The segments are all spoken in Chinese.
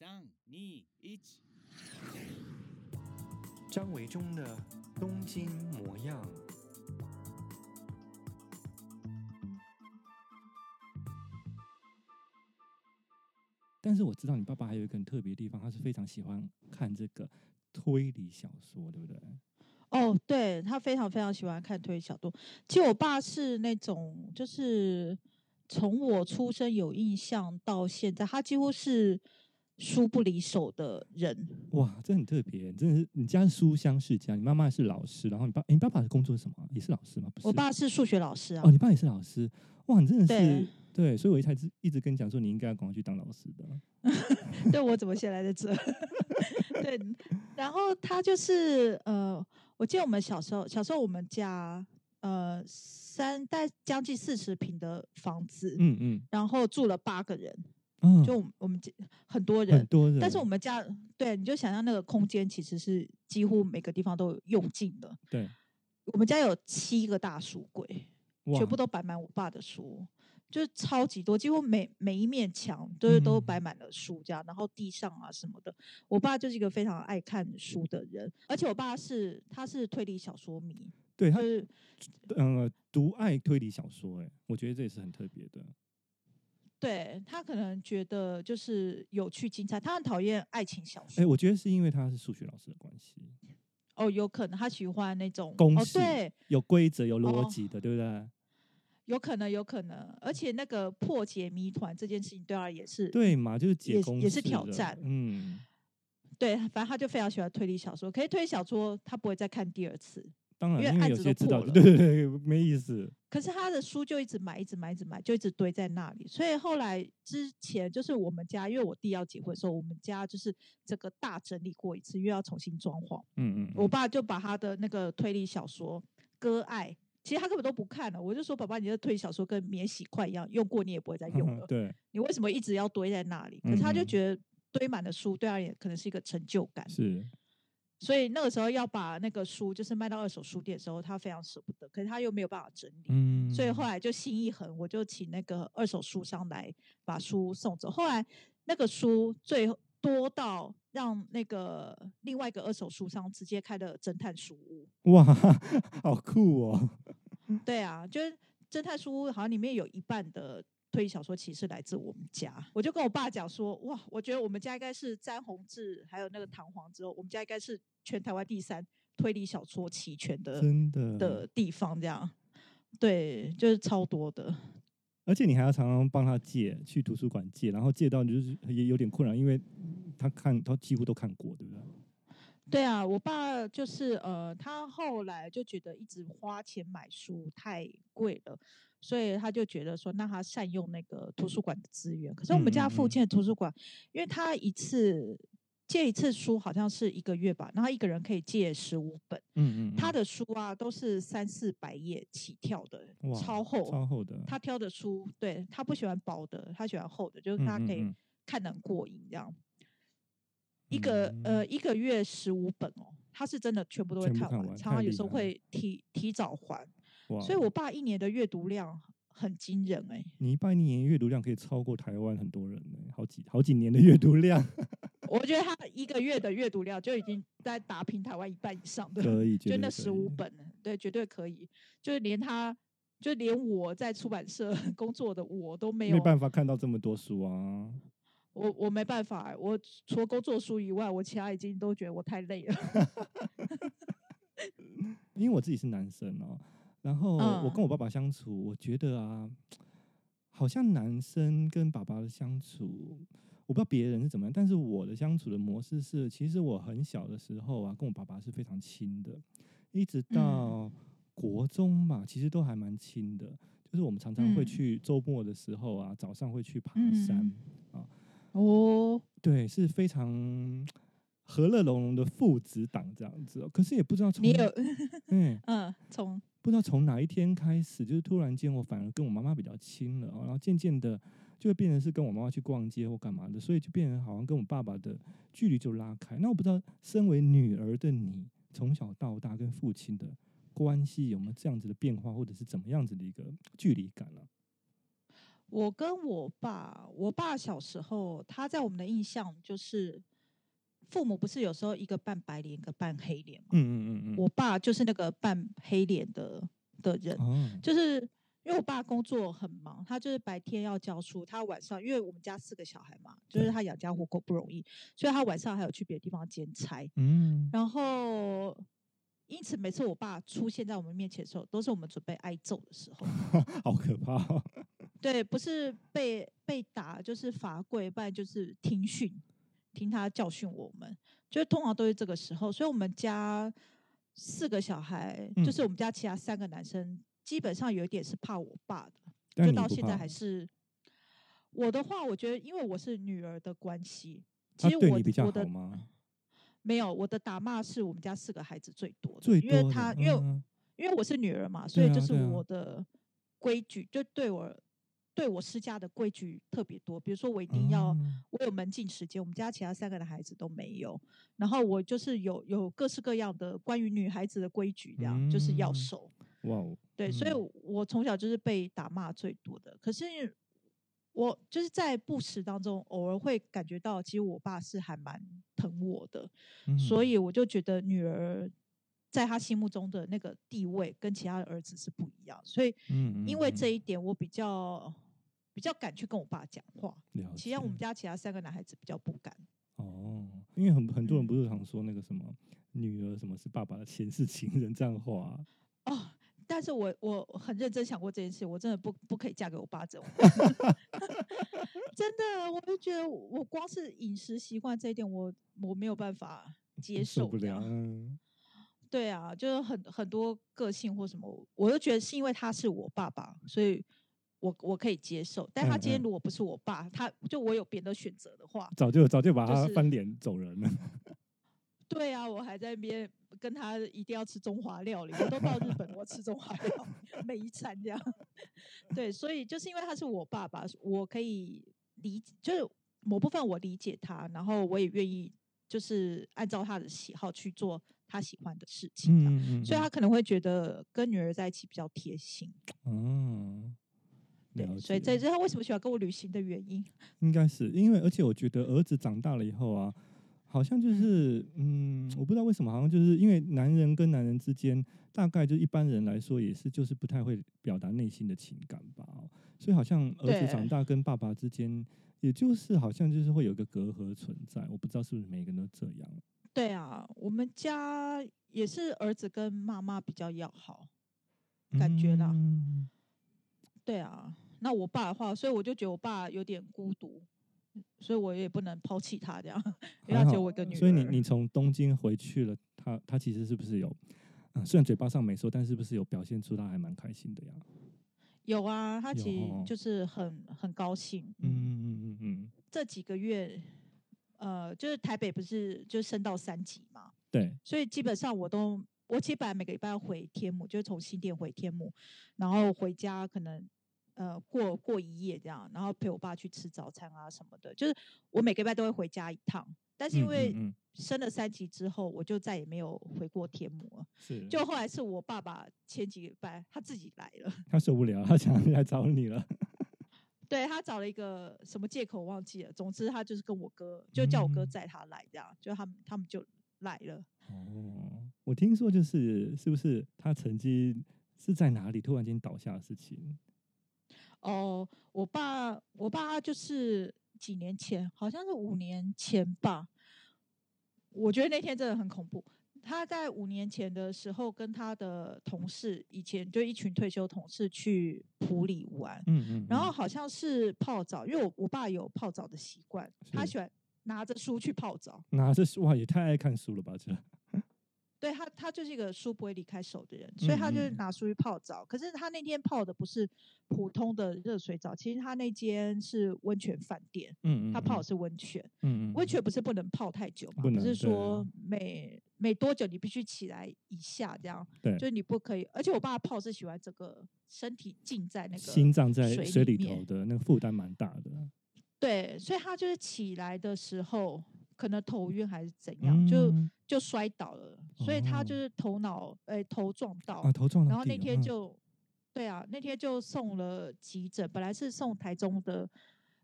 三、二、一。张维中的《东京模样》。但是我知道你爸爸还有一个很特别的地方，他是非常喜欢看这个推理小说，对不对？哦，对他非常非常喜欢看推理小说。其实我爸是那种，就是从我出生有印象到现在，他几乎是书不离手的人。哇，这很特别，真的是你家是书香世家，你妈妈是老师，然后你爸，诶你爸爸的工作是什么啊？也是老师吗？不是，我爸是数学老师啊哦，，你 爸也是老师，哇，你真的是对对所以我一开始一直跟你讲说，你应该要赶快去当老师的。对我怎么现在在这？ 对，然后他就是呃，我记得我们小时候，小时候我们家呃三带将近四十平的房子，嗯嗯然后住了八个人，嗯，就我们我们家很多人很，多人，但是我们家对，你就想象那个空间其实是几乎每个地方都有用尽的。对，我们家有七个大书柜，哇全部都摆满我爸的书，就是超级多，几乎每每一面墙就是都嗯摆满了书这样，然后地上啊什么的。我爸就是一个非常爱看书的人，而且我爸是他是推理小说迷，对就他是嗯、呃独爱推理小说，哎，我觉得这也是很特别的。对他可能觉得就是有趣精彩，他很讨厌爱情小哎，说。我觉得是因为他是数学老师的关系，哦，有可能他喜欢那种公哦，式对，有规则、有逻哦辑的，对不对？有可能，有可能，而且那个破解谜团这件事情对他也是对嘛，就是解也公也是式挑的战嗯，对，反正他就非常喜欢推理小说。可是推理小说他不会再看第二次，当然，因为因为案有子些都知道，破了对对对，没意思。可是他的书就一直买，一直买，一直买，就一直堆在那里。所以后来之前就是我们家，因为我弟要结婚的时候，我们家就是整个大整理过一次，因为要重新装潢。嗯嗯，嗯我爸就把他的那个推理小说《割爱》，其实他根本都不看了。我就说，爸爸，你的推理小说跟免洗块一样，用过你也不会再用嗯 了。对，你为什么一直要堆在那里？可是他就嗯觉得堆满了书对他也可能是一个成就感， 是所以那个时候要把那个书就是卖到二手书店的时候，他非常舍不得，可是他又没有办法整理，嗯，所以后来就心一横，我就请那个二手书商来把书送走。后来那个书最后多到让那个另外一个二手书商直接开了侦探书屋，哇，好酷哦！对啊，就是侦探书屋好像里面有一半的推理小说其实是来自我们家。我就跟我爸讲说，哇，我觉得我们家应该是詹宏志还有那个唐璜之后，我们家应该是全台湾第三推理小说齐全的真的呃的地方，这样。对，就是超多的，而且你还要常常帮他借，去图书馆借，然后借到你就是也有点困扰，因为他看他几乎都看过，对不对？对啊，我爸就是呃，他后来就觉得一直花钱买书太贵了，所以他就觉得说，那他善用那个图书馆的资源。可是我们家嗯嗯附嗯近的图书馆，因为他一次借一次书好像是一个月吧，然后一个人可以借十五本，嗯嗯，他的的书啊都是三四百页起跳的，超厚。嗯超厚的，他挑的书，对他不喜欢薄的，他喜欢厚的，就是他嗯可以嗯嗯看得很过瘾这样。一个、呃一个月十五本哦，他是真的全部都会嗯全部看看完，完常太常有厉时候害会提提早还，哇！所以我爸一年的阅读量很惊人哎、你拜年阅读量可以超过台湾很多人呢，好几好几年的阅读 量，我觉得他一个月的阅读量就已经在打平台湾一半以上的，可以，绝就对那可十五以本，对，绝对可以，就是连他。就连我在出版社工作的我都没有没办法看到这么多书啊。我我没办法欸，我除了工作书以外，我其他已经都觉得我太累了。 因为我自己是男生哦，然后我跟嗯我爸爸相处，我觉得啊，好像男生跟爸爸的相处，我不知道别人是怎么样，但是我的相处的模式是，其实我很小的时候啊，跟我爸爸是非常亲的，一直嗯到国中吧，其实都还蛮亲的。就是我们常常会嗯去周末的时候啊，早上会去爬山，嗯哦，对，是非常和乐融融的父子档这样子、哦。可是也不知道从你有 嗯，嗯，从不知道从哪一天开始，就是突然间我反而跟我妈妈比较亲了、哦，然后渐渐的就会变成是跟我妈妈去逛街或干嘛的，所以就变成好像跟我爸爸的距离就拉开。那我不知道，身为女儿的你，从小到大跟父亲的关系有没有这样子的变化，或者是怎么样子的一个距离感啊？我跟我爸，我爸小时候，他在我们的印象就是，父母不是有时候一个扮白脸，一个扮黑脸嘛。嗯嗯嗯嗯，我爸就是那个扮黑脸的的人，哦，就是因为我爸工作很忙，他就是白天要教书，他晚上因为我们家四个小孩嘛，就是对他养家糊口不容易，所以他晚上还有去别的地方兼差。嗯，然后，因此每次我爸出现在我们面前的时候，都是我们准备挨揍的时 候。好可怕、哦，对，不是被被打，就是罚跪，不然就是听训，听他教训我们，就是通常都是这个时候。所以我们家四个小孩，就是嗯我们家其他三个男生，基本上有一点是怕我爸的，但就你到不现在怕还是。我的话，我觉得因为我是女儿的关系，其他实啊对我你比较我好的呃吗？没有我的打骂是我们家四个孩子最多的，最因多为的他因为嗯因为我是女儿嘛，所以对就啊是对啊我的规矩，就对我对我施加的规矩特别多。比如说，我一定要、嗯我有门禁时间，我们家其他三个男孩子都没有。然后我就是有有各式各样的关于女孩子的规矩，这样、就是要嗯守。哇哦，对，所以嗯我我从小就是被打骂最多的。可是我就是在不时当中，偶尔会感觉到，其实我爸是还蛮疼我的。所嗯以我就觉得女儿在他心目中的那个地位跟其他的儿子是不一样，所以嗯因为这嗯一点，我比较比较敢去跟我爸讲话。嗯了其实我们解家其他三个男孩子比较不敢。哦，因为很很多人嗯不是常说那个什么女儿什么是爸爸的前世情人这样的话啊、哦但是我我很认真想过这件事，我真的不不可以嫁给我爸这种， 真的，我就觉得我光是饮食习惯这一点，我我没有办法接我受不这了，样嗯对啊，就是很很多个性或什么，我就觉得是因为他是我爸爸，所以我我可以接受。但他嗯今天嗯如果不是我爸，他就我有别的选择的话，早就早就把就他是翻脸走人 了。对啊，我还在那边跟他一定要吃中华料理，我都到日本了我吃中华料理每一餐这样。 对，所以就是因为他是我爸爸，我可以理解，就是某部分我理解他，然后我也愿意就是按照他的喜好去做他喜欢的事情这样。嗯嗯所以他可能会觉得跟女儿在一起比较贴心，嗯，对了，所以解嗯这这是他为什么喜欢跟我旅行的原因。应该是因为，而且我觉得儿子长大了以后啊，好像就是嗯，我不知道为什么，好像就是因为男人跟男人之间，大概就一般人来说也是就是不太会表达内心的情感吧哦，所以好像儿子对长大跟爸爸之间，也就是好像就是会有一个隔阂存在，我不知道是不是每个人都这样。对啊，我们家也是儿子跟妈妈比较要好，感觉啦嗯对啊。那我爸的话，所以我就觉得我爸有点孤独，所以我也不能抛弃他这样， 因为还他好只有我一个女儿。所以你你从东京回去了，他他其实是不是有，嗯，虽然嘴巴上没说，但是不是有表现出他还蛮开心的呀？有啊，他有其实哦就是很很高兴。嗯，嗯嗯嗯，这几个月，呃，就是台北不是就升到三级嘛，对，所以基本上我都，我其实本来每个礼拜要回天母，就是从新店回天母，然后回家可能呃过过一夜这样，然后陪我爸去吃早餐啊什么的，就是我每个礼拜都会回家一趟。但嗯是因嗯为嗯升了三级之后，我就再也没有回过天母了。是就后来是我爸爸前几个礼拜他自己来了， 他受不了，他想来找你了。对他找了一个什么借口我忘记了，总之他就是跟我哥就叫我哥嗯载他来这样，就他们他们就来了。哦，我听说就是是不是他曾经是在哪里突然间倒下的事情？哦，我爸，我爸他就是几年前，好像是五年前吧。我觉得那天真的很恐怖。他在五年前的时候，跟他的同事，以前就一群退休同事去普里玩，嗯嗯然后好像是泡澡，因为我我爸有泡澡的习惯，他是喜欢拿着书去泡澡。拿着书哇，也太爱看书了吧？这对他，他就是一个书不会离开手的人，所以他就是嗯嗯拿书去泡澡。可是他那天泡的不是普通的热水澡，其实他那间是温泉饭店，嗯他泡的，是温泉。嗯嗯温泉不是不能泡太久嘛？不能对是啊说每每多久你必须起来一下这样，对就是你不可以。而且我爸泡是喜欢整个身体浸在那个心脏在水水里里头面的那个负担蛮大的。对，所以他就是起来的时候可能头晕还是怎样，就嗯就摔倒了，所以他就哦是头脑呃头撞到，啊头撞到然后地那了天嗯就对啊，那天就送了急诊，本来是送台中的，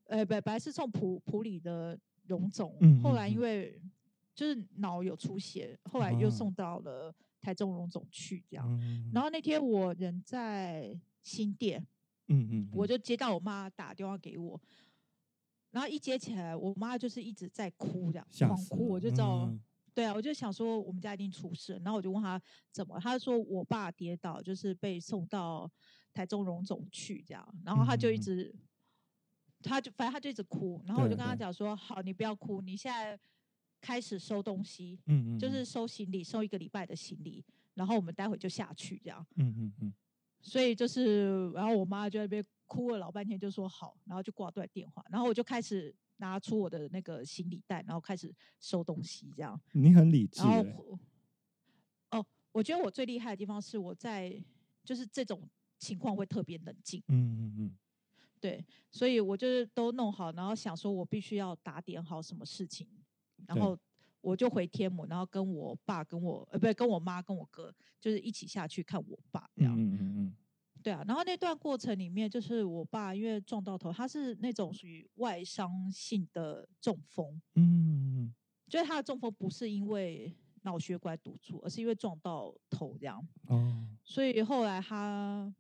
呃，本本来是送普普里的荣总，嗯后嗯来因嗯为就是脑有出血，后来又啊送到了台中荣总去这样。嗯然后那天我人在新店，嗯嗯，我就就接到我妈打电话给我，然后一接起来，我妈就是一直在哭，这样吓狂死哭，我了就知道。嗯对啊，我就想说我们家一定出事，然后我就问她怎么，她说我爸跌倒，就是被送到台中荣总去这样，然后她就一嗯嗯嗯直，她就反正她就一直哭，然后我对就跟她对讲说，好，你不要哭，你现在开始收东西，嗯嗯，就是嗯收行李，收一个礼拜的行李，然后我们待会就下去这样，嗯嗯嗯，所以就是，然后我妈就在那边哭了老半天，就说好，然后就挂断电话，然后我就开始拿出我的那个行李袋，然后开始收东西这样。你很理智然后欸，我哦，我觉得我最厉害的地方是我在就是这种情况会特别冷静，嗯嗯嗯，对，所以我就是都弄好，然后想说我必须要打点好什么事情，然对后我就回天母，然后跟我爸、跟我呃，不对，跟我妈、跟我哥，就是一起下去看我爸这样。嗯嗯嗯嗯，对啊，然后那段过程里面，就是我爸因为撞到头，他是那种属于外伤性的中风，嗯，就是他的中风不是因为脑血管堵住，而是因为撞到头这样。哦，所以后来他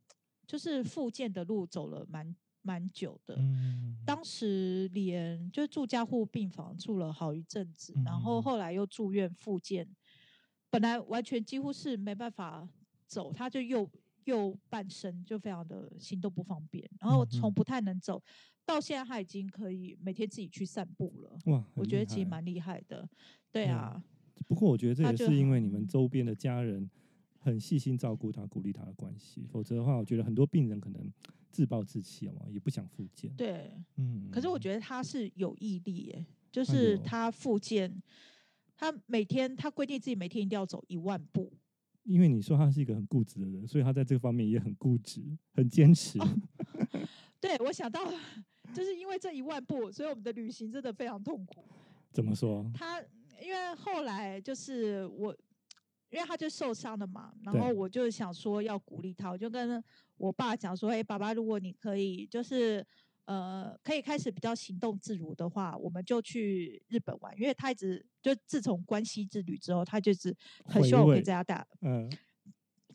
就是复健的路走了蛮蛮久的。嗯，当时连就住加护病房住了好一阵子，然嗯嗯后嗯后来又住院复健，本来完全几乎是没办法走，他就右右半身就非常的行动不方便，然后嗯嗯从不太能走到现在他已经可以每天自己去散步了。哇，我很觉厉得其实害蛮厉害的。对嗯啊，不过我觉得这他也就是因很为你们周边的家人很细心照顾他、鼓励他的关系，否则的话，我觉得很多病人可能自暴自弃哦，也不想复健。对。嗯，哎可是我得，觉得他是有毅力耶，就他是有他复健，他每天他规定自己每天一定要走一万步。因为你说他是一个很固执的人，所以他在这方面也很固执、很坚持。哦对我想到，就是因为这一万步，所以我们的旅行真的非常痛苦。怎么说？他因为后来就是我，因为他就受伤了嘛，然对后我就想说要鼓励他，我就跟我爸讲说：“哎、爸爸，如果你可以，就是呃，可以开始比较行动自如的话，我们就去日本玩。”因为他一直就自从关西之旅之后，他就是很希回望我可以味在他带，嗯、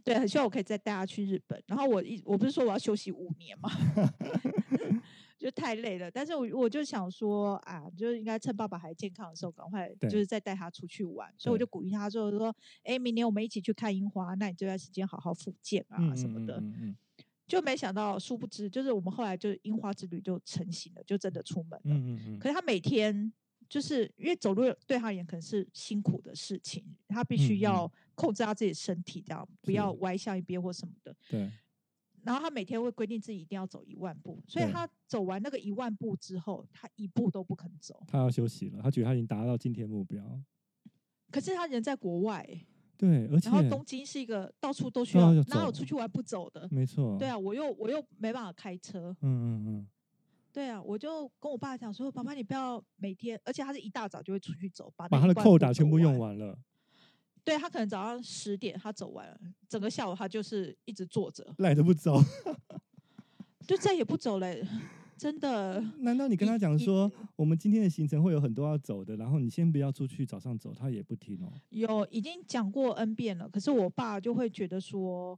对，很希望我可以再带他去日本。然后我一我不是说我要休息五年嘛， 就太累了。但是我我就想说啊，就是应该趁爸爸还健康的时候，赶快对就是再带他出去玩。所以我对就鼓励他说说，哎，明年我们一起去看樱花，那你这段时间好好复健啊嗯什么的。嗯嗯就没想到，殊不知就是我们后来就樱花之旅就成型了，就真的出门嗯了。嗯嗯嗯，可是他每天就是因为走路对他而言可能是辛苦的事情，他必须嗯嗯要控制他自己的身体，这样不是要歪向一边或什么的。对，然后他每天会规定自己一定要走一万步，所以对他走完那个一万步之后，他一步都不肯走。他要休息了，他觉得他已经达到今天目标。可是他人在国外，对，而且然后东京是一个到处都需都要，要哪有出走嗯去玩不走的？没错，对，啊，我又我又没办法开车，嗯嗯嗯，对啊，我就跟我爸讲说，爸爸你不要每天，而且他是一大早就会出去走，把把那他一的万扣步打全走部用完完了，对他可能早上十点他走完了，整个下午他就是一直坐着，赖着不走。就再也不走了欸、真的。难道你跟一他讲一说，我们今天的行程会有很多要走的，然后你先不要出去，早上走，他也不听哦。有已经讲过 N 遍了，可是我爸就会觉得说，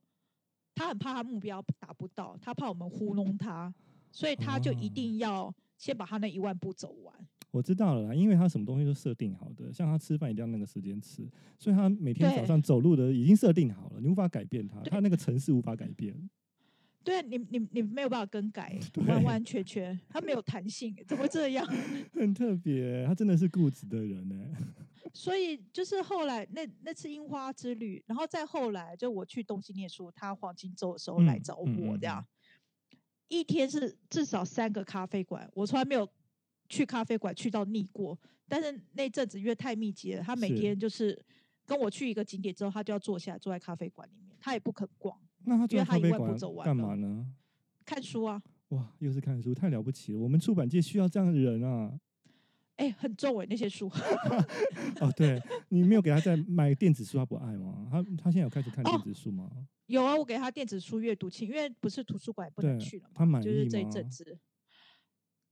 他很怕他目标达不到，他怕我们糊弄他，所以他就一哦定要先把他那一万步走完。我知道了啦，因为他什么东西都设定好的，像他吃饭一定要那个时间吃，所以他每天早对上走路的已经设定好了，你无法改变他，对他那个城市无法改变。对啊你，你你没有办法更改欸， 对完完全全，他没有弹性欸，怎么会这样？很特别，他真的是固执的人欸呢。所以就是后来那那次樱花之旅，然后再后来就我去东京念书，他黄金周的时候来嗯找我嗯嗯这样，一天是至少三个咖啡馆，我从来没有去咖啡馆去到腻过。但是那阵子因为太密集了，他每是天就是跟我去一个景点之后，他就要坐下来坐在咖啡馆里面，他也不肯逛，那他因做为他咖一啡万步馆走完干了嘛呢？看书啊。 哇，又是看书，太了不起了！我们出版界需要这样的人啊。哎、很重哎、那些书。 哦，对你没有给他再买电子书，他不爱吗？他他现在有开始看电哦子书吗？有啊，我给他电子书阅读器，因为不是图书馆也不能对去了嘛，他满就意是吗？这一阵子。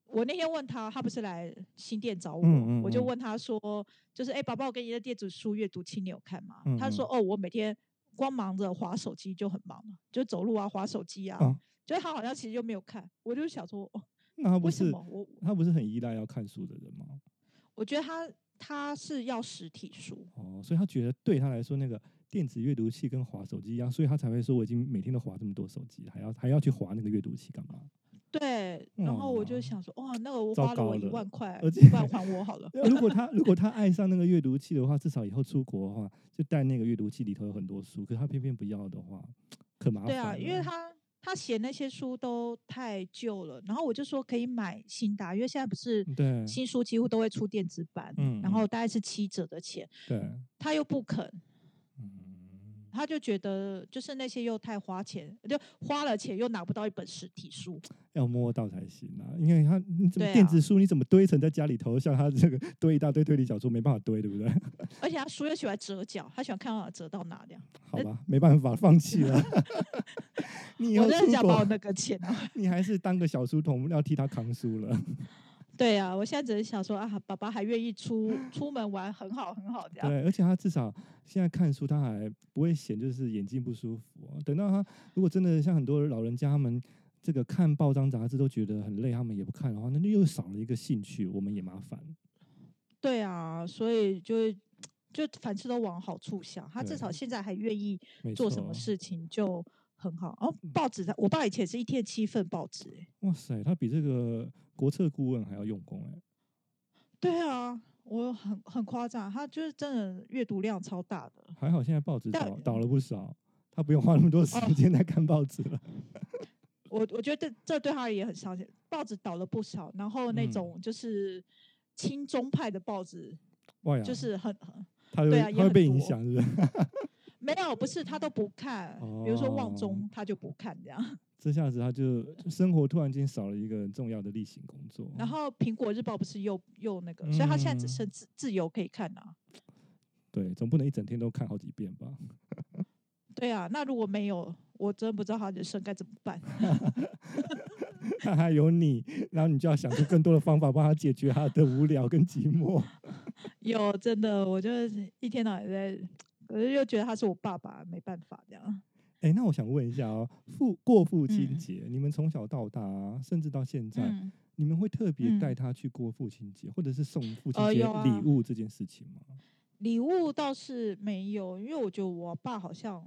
我那天问他，他不是来新店找我，嗯嗯我就嗯问他说，就是哎，诶宝宝，我给你的电子书阅读器你有看吗？嗯他说哦，我每天光忙着划手机就很忙了，就走路啊，划手机啊，啊就是他好像其实就没有看。我就想说，哦，那他不为什是么我他不是很依赖要看书的人吗？我觉得他他是要实体书，哦，所以他觉得对他来说，那个电子阅读器跟划手机一样，所以他才会说我已经每天都划这么多手机，还要还要去划那个阅读器干嘛？ 对。然后我就哇想说，哇，那个我哦糟花了我糕一了万块，而一万且还我好 了。呃如果他如果他爱上那个阅读器的话，至少以后出国的话，就带那个阅读器里头有很多书，可是他偏偏不要的话，可麻烦了。哦对啊，因为他他写那些书都太旧了，然后我就说可以买新的啊、因为现在不是嗯对新书几乎都会出电子版，嗯嗯然后大概是七折的钱，对，他又不肯，嗯，他就觉得就是那些又太花钱，就花了钱又拿不到一本实体书，要摸到才行啊。因为他你怎么对电啊子书你怎么堆成在家里头，像他这个堆一大堆推理小说没办法堆，对不对？而且他书又喜欢折角，他喜欢看到折到哪里啊。好呃吧，没办法，放弃 了。你以我后真的很出想把我国，那个钱拿 回你还是当个小书童，要替他扛书了。对啊，我现在只是想说啊，爸爸还愿意出出门玩，很好很好这样。对，而且他至少现在看书，他还不会嫌就是眼睛不舒服、哦。等到他如果真的像很多老人家他们这个看报章杂志都觉得很累，他们也不看的话，那就又少了一个兴趣，我们也麻烦。对啊，所以就会就凡事都往好处想，他至对少现在还愿意没错，嗯做什么？事情就很好。哦，报纸他，我爸以前是一天七份报纸、欸，哇塞，他比这个国策顾问还要用功哎、对啊，我很很夸张，他就是真的阅读量超大的。还好现在报纸但倒倒了不少，他不用花那么多时哦间在看报纸 了。我我觉得这这对他也很伤心，报纸倒了不少，然后那嗯种就是亲中派的报纸，哇呀，就是很很他就会、对啊也他会很被影多响，是不是？没有，不是他都不看，比如说哦旺中他就不看这样，这下子他就生活突然间少了一个很重要的例行工作。然后苹果日报不是又又那个，所以他现在只嗯剩自自由可以看啊。对，总不能一整天都看好几遍吧？ 对啊，那如果没有，我真不知道他人生该怎么 办。他还有你，然后你就要想出更多的方法帮他解决他的无聊跟寂寞。有真的，我就是一天到晚在，可是又觉得他是我爸爸，没办法这样。哎，那我想问一下哦，父过父亲嗯节，你们从小到大、啊，甚至到现在，，你们会特别带嗯他去过父亲节，或者是送父亲呃节有啊礼物这件事情吗？礼物倒是没有，因为我觉得我爸好像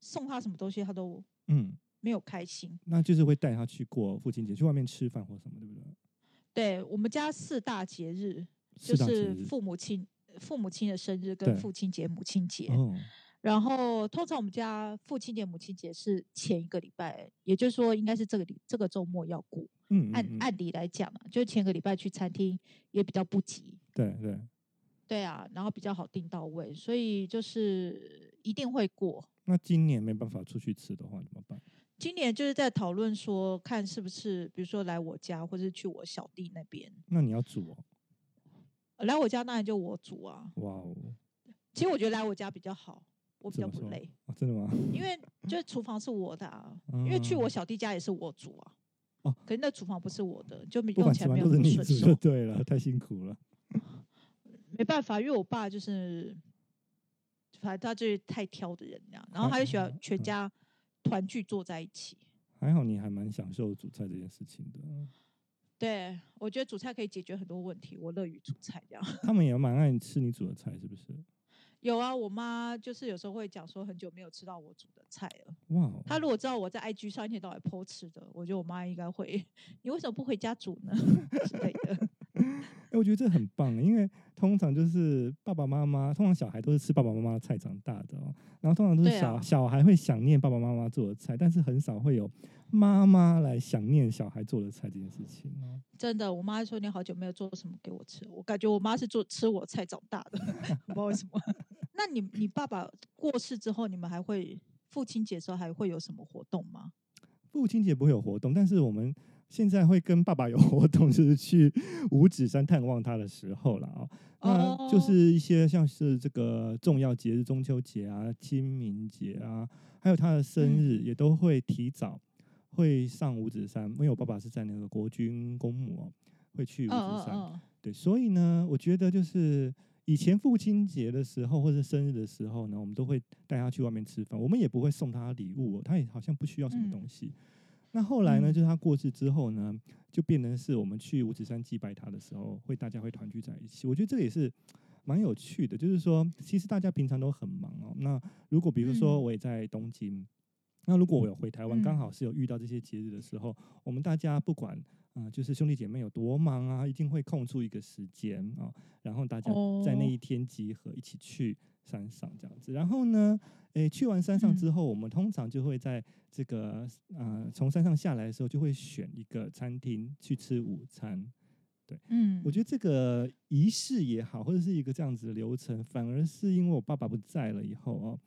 送他什么东西他都嗯，没有开心。那就是会带他去过父亲节，去外面吃饭或什么，对不对？对我们家四大节日，四就大节是日父母亲、父母亲的生日对跟父亲节、母亲节。哦，然后通常我们家父亲节、母亲节是前一个礼拜，也就是说应该是这个礼这个周末要过。嗯，嗯按嗯按理来讲啊，就是前个礼拜去餐厅也比较不急，对对，对啊，然后比较好订到位，所以就是一定会过。那今年没办法出去吃的话怎么办？今年就是在讨论说，看是不是比如说来我家，或是去我小弟那边。那你要煮哦，呃来我家当然就我煮啊，哇哦，其实我觉得来我家比较好，我比怎较么不说累，哦真的吗？因为就是厨房是我的啊，因为去我小弟家也是我煮啊。嗯哦可是那厨房不是我的，就不用管吃起来完没有都那是么你顺煮就手，对了，太辛苦了。没办法，因为我爸就是，反正他就是太挑的人那样，然后他就喜啊欢嗯全家团聚坐在一起。还好你还蛮享受煮菜这件事情的，对，我觉得煮菜可以解决很多问题，我乐于煮菜这样。 他们也蛮爱吃你煮的菜，是不是？有啊，我妈就是有时候会讲说很久没有吃到我煮的菜了。哇哦，她如果知道我在 IG 上一天到晚 po 吃的，我觉得我妈应该会， 你为什么不回家煮呢 之类的。哎，我觉得这很棒，因为通常就是爸爸妈妈，通常小孩都是吃爸爸妈妈的菜长大的哦，然后通常都是对小、啊小孩会想念爸爸妈妈做的菜，但是很少会有妈妈来想念小孩做的菜这件事情哦。真的，我妈说你好久没有做什么给我吃，我感觉我妈是做吃我菜长大的， 不知道为什么。那你你爸爸过世之后，你们还会父亲节的时候还会有什么活动吗？父亲节不会有活动，但是我们现在会跟爸爸有活动， 就是去五指山探望他的时候了哦。那就哦是一些像是这个重要节日，中秋节啊、清明节啊，还有他的生日，也都会提早会上五指山，因为我爸爸是在那个国军公墓、哦，会去五嗯指嗯山。嗯，对，所以呢，我觉得就是以前父亲节的时候或者生日的时候呢，我们都会带他去外面吃饭，我们也不会送他礼物、哦，他也好像不需要什么嗯东西。那后来呢，嗯就是他过世之后呢，就变成是我们去五指山祭拜他的时候，会大家会团聚在一起。我觉得这个也是蛮有趣的，就是说，其实大家平常都很忙哦。那如果比如说嗯我也在东京，那如果我有回台湾，刚嗯好是有遇到这些节日的时候，我们大家不管啊、呃就是兄弟姐妹有多忙啊，一定会空出一个时间啊、然后大家在那哦一天集合，一起去山上这样子。然后呢，诶，去完山上之嗯后，我们通常就会在这个呃从山上下来的时候，就会选一个餐厅去吃午餐。嗯，我觉得这个仪式也好，或者是一个这样子的流程，反而是因为我爸爸不在了以后哦，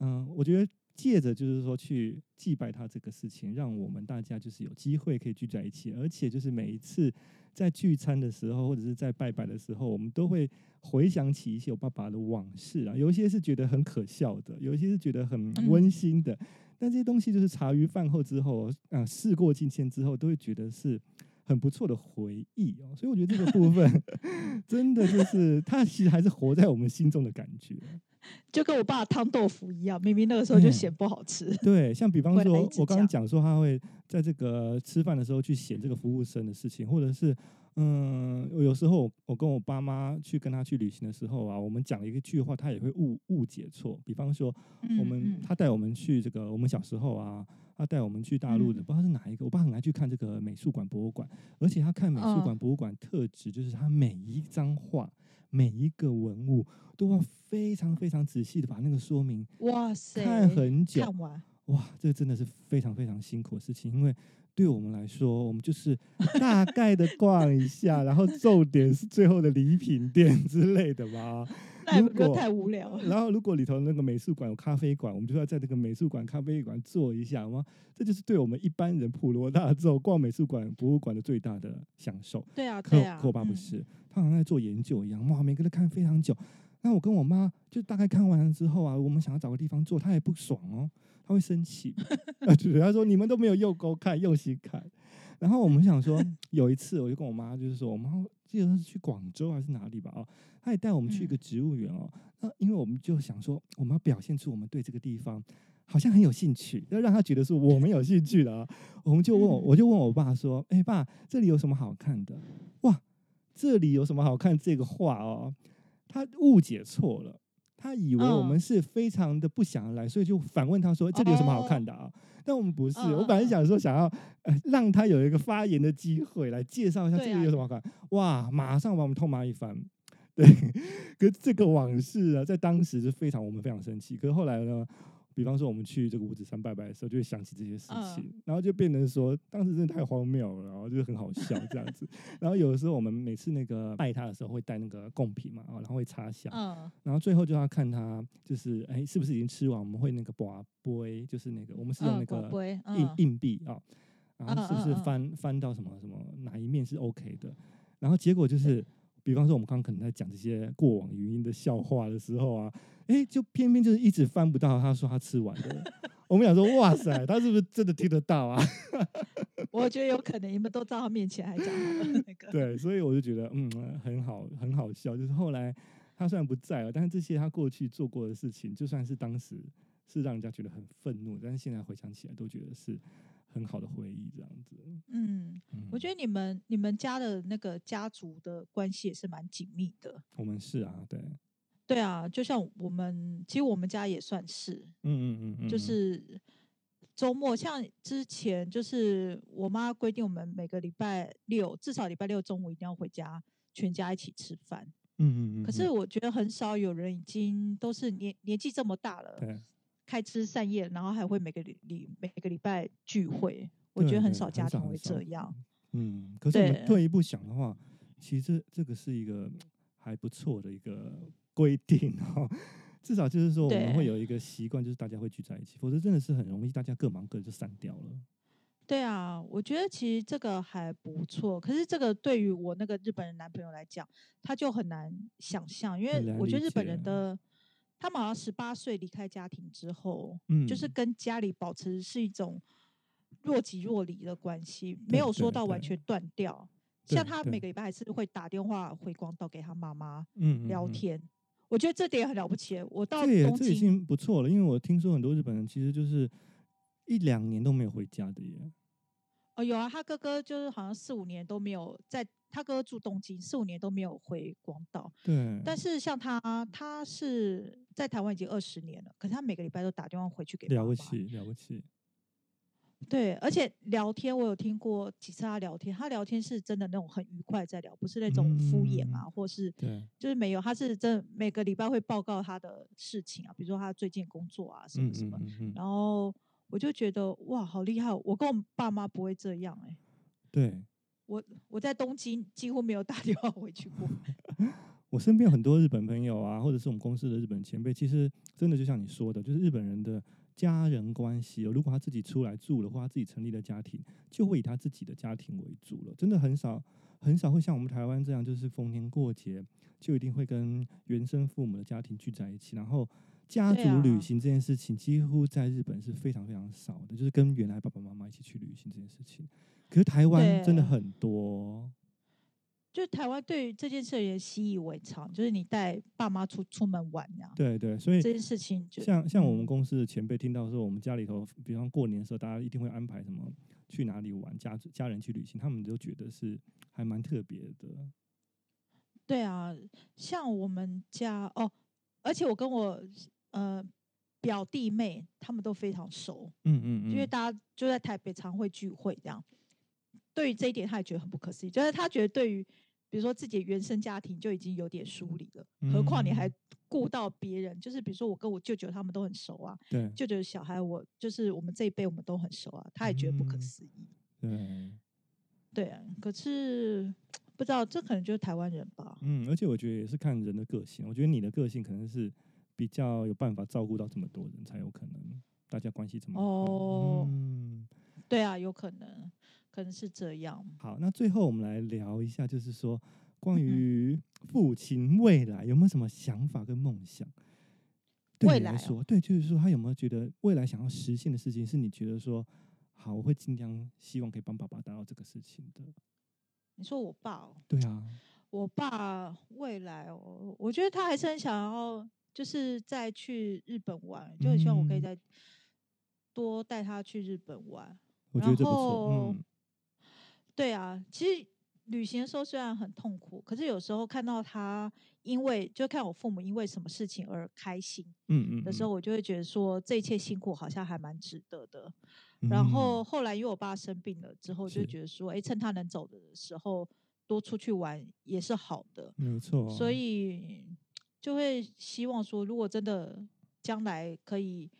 嗯、我觉得借着就是说去祭拜他这个事情，让我们大家就是有机会可以聚在一起，而且就是每一次在聚餐的时候，或者是在拜拜的时候，我们都会回想起一些我爸爸的往事啊，有一些是觉得很可笑的，有一些是觉得很嗯温馨的。但这些东西就是茶余饭后之后，啊、事过境迁之后，都会觉得是很不错的回忆哦。所以我觉得这个部分 真的就是它其实还是活在我们心中的感觉。就跟我爸汤豆腐一样，明明那个时候就嗯嫌不好吃。对，像比方会来一说，直我刚刚讲讲说他会在这个吃饭的时候去写这个服务生的事情，或者是嗯，我有时候我我跟我爸妈去跟他去旅行的时候啊，我们讲了一个句话，他也会误误解错。比方说，我嗯们嗯他带我们去这个，我们小时候啊，他带我们去大陆的，嗯不知道是哪一个。我爸很爱去看这个美术馆、博物馆，而且他看美术嗯馆、博物馆特质就是他每一张画、每一个文物都要非常非常仔细的把那个说明哇塞，看很久。看完，哇，这真的是非常非常辛苦的事情，因为对我们来说，我们就是大概的逛一下，然后重点是最后的礼品店之类的吧。那也如不要果太无聊了。然后如果里头那个美术馆有咖啡馆，我们就要在这个美术馆、咖啡馆坐一下吗？这就是对我们一般人普罗大众逛美术馆、博物馆的最大的享受。对啊，可对啊，可我爸不嗯，是，他好像在做研究一样，哇，每个都看非常久。那我跟我妈就大概看完了之后啊，我们想要找个地方坐，她也不爽哦，她会生 气。啊，对，她说你们都没有右勾看，右心看。然后我们想说，有一次我就跟我妈就是说，我妈记得是去广州还是哪里吧，哦，她也带我们去一嗯个植物园哦。那因为我们就想说，我们要表现出我们对这个地方好像很有兴趣，要让她觉得说我们有兴趣了啊。我们就问我，嗯我就问我爸说：“哎、爸，这里有什么好看的？哇，这里有什么好看？这个画哦，他误解错了，他以为我嗯们是非常的不想来，所以就反问他说：这里有什么好看的啊？但我们不是，嗯我嗯本来嗯想说想要呃让他有一个发言的机会来介绍一下这对里啊有什么好看，哇，马上把我们痛骂一番。”对，可是这个往事啊，在当时是非常我们非常生气。可是后来呢，比方说我们去这个五指山拜拜的时候，就会想起这些事嗯情，然后就变成说当时真的太荒谬了，然后就是很好笑这样子。然后有的时候我们每次那个拜他的时候会带那个贡品嘛，啊，然后会插香，嗯，然后最后就要看他就是哎是不是已经吃完，我们会那个拔杯，就是那个我们是用嗯那宝个贝硬嗯硬币啊，然后是不嗯嗯是嗯翻翻到什么什么哪一面是 OK 的，然后结果就是。比方说，我们刚刚可能在讲这些过往语音的笑话的时候啊，哎，就偏偏就是一直翻不到他说他吃完的。 我们想说，哇塞，他是不是真的听得到啊？ 我觉得有可能你们都到他面前还讲好了 那个，对，所以我就觉得，嗯，呃很好，很好笑。就是后来他虽然不在了，但是这些他过去做过的事情，就算是当时是让人家觉得很愤怒，但是现在回想起来都觉得是很好的回忆，这样子。嗯，嗯我觉得你们你们家的那个家族的关系也是蛮紧密的。我们是啊，对，嗯对啊，就像我们，其实我们家也算是，嗯嗯嗯，就嗯是周末，像之前就是我妈规定我们每个礼拜六至少礼拜六中午一定要回家，全家一起吃饭。嗯嗯嗯，可是我觉得很少有人已经都是年年纪这么大了，对，开枝散叶，然后还会每个礼礼每个礼拜聚会。我觉对得很对少很家少庭很会少这样。嗯，可是我们对退一步想的话，其实这这个是一个还不错的一个规定哦。 至少就是说，我们对会有一个习惯，就是大家会聚在一起，否则真的是很容易大家各忙各的就散掉了。对啊，我觉得其实这个还不错，可是这个对于我那个日本人男朋友来讲，他就很难想象，因很为难我觉理得日本人解的他们好像十八岁离开家庭之后，嗯，就是跟家里保持是一种若即若离的关系，对没有说对到完对全断掉。像对他对每个礼拜还是会打电话回光岛给他妈妈嗯聊。嗯嗯天，我觉得这点很了不起。我到这也东这已京，经不错了，因为我听说很多日本人其实就是一两年都没有回家的耶。哦，有啊，他哥哥就是好像四五年都没有在，他哥哥住东京，四五年都没有回广岛。对，但是像他，他是在台湾已经二十年了，可是他每个礼拜都打电话回去给了妈不妈起，了不起。对，而且聊天我有听过几次他聊天，他聊天是真的那种很愉快在聊，不是那种敷衍啊，或是嗯对，就是没有，他是真的每个礼拜会报告他的事情啊，比如说他最近工作啊什嗯么什嗯么，嗯嗯，然后我就觉得哇，好厉害哦！我跟我爸妈不会这样哎、对我我在东京几乎没有打电话回去过， 我身边有很多日本朋友啊，或者是我们公司的日本前辈，其实真的就像你说的，就是日本人的家人关系、哦，如果他自己出来住了，或他自己成立了家庭，就会以他自己的家庭为主了，真的很少。很少会像我们台湾这样，就是逢年过节就一定会跟原生父母的家庭聚在一起，然后家对族旅啊行这件事情几乎在日本是非常非常少的，就是跟原来爸爸妈妈一起去旅行这件事情。可是台湾真的对很多哦，就是台湾对于这件事也习以为常，就是你带爸妈出出门玩啊，对对，所以这件事情就像像我们嗯公司的前辈听到说，我们家里头，比方过年的时候，大家一定会安排什么去哪里玩，家族家人去旅行，他们都觉得是还蛮特别的。对啊，像我们家哦，而且我跟我呃表弟妹他们都非常熟，嗯嗯嗯，因为大家就在台北常会聚会这样。对于这一点，他也觉得很不可思议，就是他觉得对于比如说自己的原生家庭就已经有点疏离了，何况你还嗯顾到别人，就是比如说我跟我舅舅他们都很熟啊，对舅舅的小孩我就是我们这一辈我们都很熟啊，他也觉得不可嗯思议。对，对啊，可是不知道这可能就是台湾人吧。嗯，而且我觉得也是看人的个性，我觉得你的个性可能是比较有办法照顾到这么多人，才有可能大家关系这么好哦嗯对啊，有可能，可能是这样。好，那最后我们来聊一下，就是说关嗯于父亲未来有没有什么想法跟梦想？对未你来来哦说，对，就是说他有没有觉得未来想要实现的事情，是你觉得说好，我会尽量希望可以帮爸爸达到这个事情的。你说我爸、哦，对啊，我爸未来哦，我觉得他还是很想要，就是再去日本玩，就很希望我可以嗯再多带他去日本玩。我觉然得这不错。后嗯，对啊，其实旅行的时候虽然很痛苦，可是有时候看到他因为就看我父母因为什么事情而开心嗯嗯的时嗯候，我就会觉得说这一切辛苦好像还蛮值得的。然后嗯后来因为我爸生病了之后，就是觉得说，哎，趁他能走的时候多出去玩也是好的，嗯没错，哦所以就会希望说，如果真的将来可以。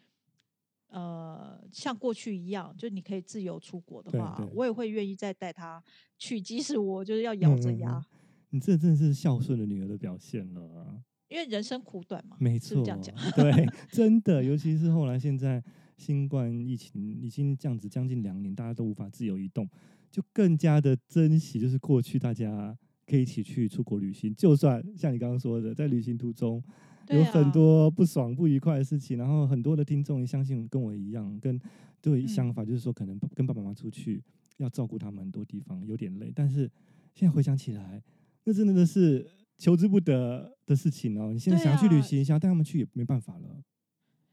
呃，像过去一样，就你可以自由出国的对话，对我也会愿意再带他去，即使我就是要咬着嗯嗯嗯牙，你这真的是孝顺的女儿的表现了啊、因为人生苦短嘛，没是错，不是这样讲。对， 真的，尤其是后来现在新冠疫情已经这样子将近两年，大家都无法自由移动，就更加的珍惜，就是过去大家可以一起去出国旅行，就算像你刚刚说的，在旅行途中对有很啊多不爽、不愉快的事情，然后很多的听众也相信跟我一样，跟对嗯想法就是说，可能跟爸爸妈妈出去要照顾他们很多地方有点累，但是现在回想起来，那真的是求之不得的事情哦。你现在对想要去旅啊行，想要带他们去也没办法了。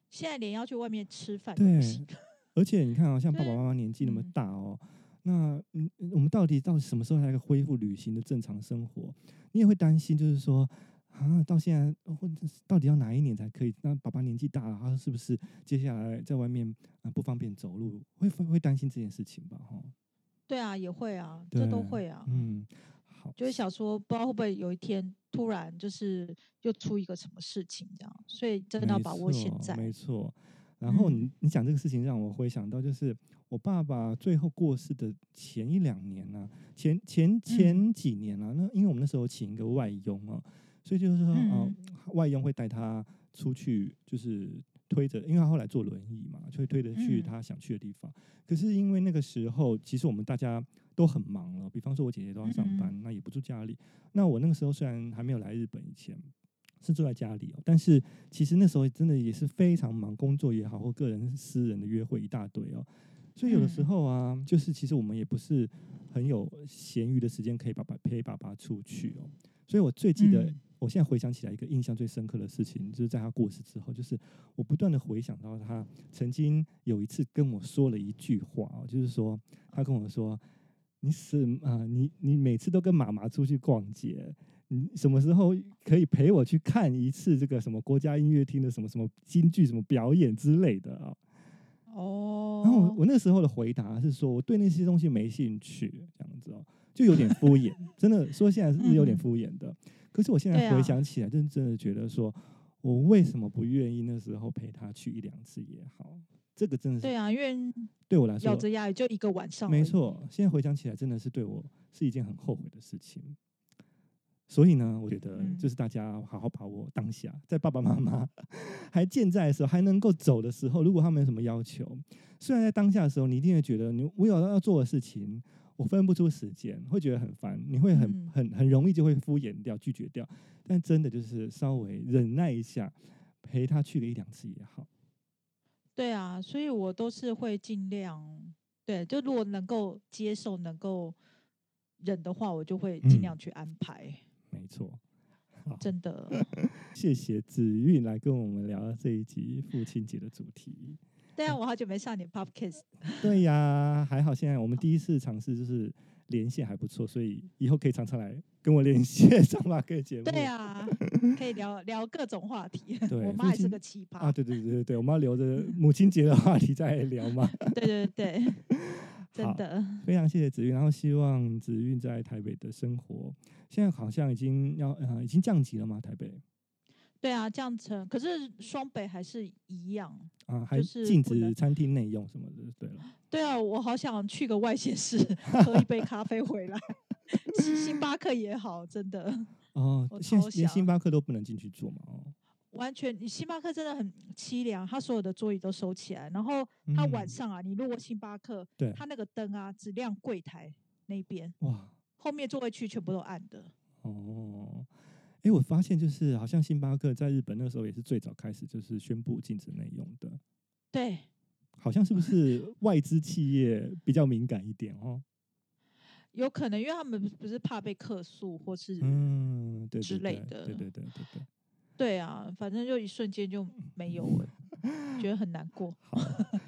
现在连要去外面吃饭都对不行，而且你看啊，像爸爸对妈妈年纪那么嗯大哦，那嗯，我们到底到什么时候才能够恢复旅行的正常生活？你也会担心，就是说啊，到现在或者是到底要哪一年才可以？那爸爸年纪大了，他是不是接下来在外面啊、不方便走路？会会会担心这件事情吧？哈，对啊，也会啊，这都对会啊，嗯，好，就会想说，不知道会不会有一天突然就是又出一个什么事情这样，所以真的要没把握现错在。嗯没错。然后你、你讲这个事情让我回想到，就是我爸爸最后过世的前一两年呢、前嗯前前几年啊，那因为我们那时候请一个哦嗯外佣啊，所以就是说，呃嗯外佣会带他出去，就是推着，因为他后来坐轮椅嘛，就会推着去嗯他想去的地方。可是因为那个时候，其实我们大家都很忙了，比方说我姐姐都要上嗯班，那也不住家里。那我那个时候虽然还没有来日本以前。是住在家里哦，但是其实那时候真的也是非常忙，工作也好，或个人私人的约会一大堆哦。所以有的时嗯候啊，就是其实我们也不是很有闲余的时间可以爸爸陪爸爸出去哦。所以我最记得嗯我现在回想起来一个印象最深刻的事情，就是在他过世之后，就是我不断的回想到他曾经有一次跟我说了一句话哦，就是说他跟我说：“你什啊、你你每次都跟妈妈出去逛街，你什么时候可以陪我去看一次这个什么国家音乐厅的什么什么京剧什么表演之类的啊、哦，然后我我那时候的回答是说，我对那些东西没兴趣，这样子哦，就有点敷 衍。真的说现在是有点嗯敷衍的，可是我现对在啊回想起来，真真的觉得说，我为什么不愿意那时候陪他去一两次也好？这个真的对是啊，因为对我来咬说，着牙也就一个晚上，没，错。现在回想起来，真的是对我是一件很后悔的事情。所以呢，我觉得嗯就是大家好好把握当下，在爸爸妈妈 还健在的时候，还能够走的时候，如果他们有什么要求，虽然在当下的时候，你一定会觉得你我有要做的事情，我分不出时间，会觉得很烦，你会很嗯很很容易就会敷衍掉、拒绝掉。但真的就是稍微忍耐一下，陪他去个一两次也好。对啊，所以我都是会尽量，对，就如果能够接受、能够忍的话，我就会尽嗯量去安排， 没错，好真的。谢谢子韵来跟我们聊这一集父亲节的主题。对啊，我好久没上 你 podcast，对呀，还好现在我们第一次尝试就是连线还不错，所以以后可以常常来跟我连线 上马克节目。对啊，可以聊聊各种话题。对我父妈也是亲个奇葩，啊，对对对对对，我们要留着母亲节的话题再聊嘛。对对对，好 真的，非常谢谢子韵，然后希望子韵在台北的生活，现在好像已经要呃已经降级了嘛，台北对啊，这样子。可是双北还是一样。啊，还就是禁不能止餐厅内用什么的，对了。对啊，我好想去个外县市喝一杯咖啡回来， 星星巴克也好，真的。哦我，现在超连想星巴克都不能进去做嘛，哦，完全，你星巴克真的很凄凉，它所有的座椅都收起来，然后它晚嗯上啊，你路过星巴克，对它那个灯啊只亮柜台那边，哇，后面座位区全部都暗的。哦，哎，我发现就是好像星巴克在日本那时候也是最早开始就是宣布禁止内用的，对，好像是不 是外资企业比较敏感一点哦？有可能因为他们不是怕被客诉或是、嗯，对之对类对的对对对对 对，对啊，反正就一瞬间就没有了，觉得很难过。好，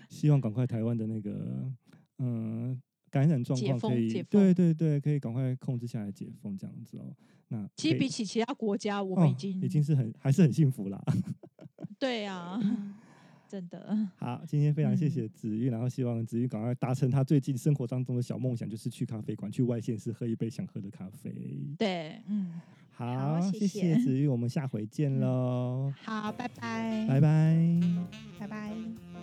希望赶快台湾的那个嗯、感染状解况可封以解，对封对对，可以赶快控制下来解封这样子哦。那其实可以比起其他国家，我们已哦经、已经是很还是很幸福啦。对啊，真的。好，今天非常谢嗯谢子玉，然后希望子玉赶快达成他最近生活当中的小梦想，就是去咖啡馆、去外县市喝一杯想喝的咖啡。对，嗯，好，谢谢谢子玉，我们下回见嗯喽，好，拜拜，拜拜。拜拜。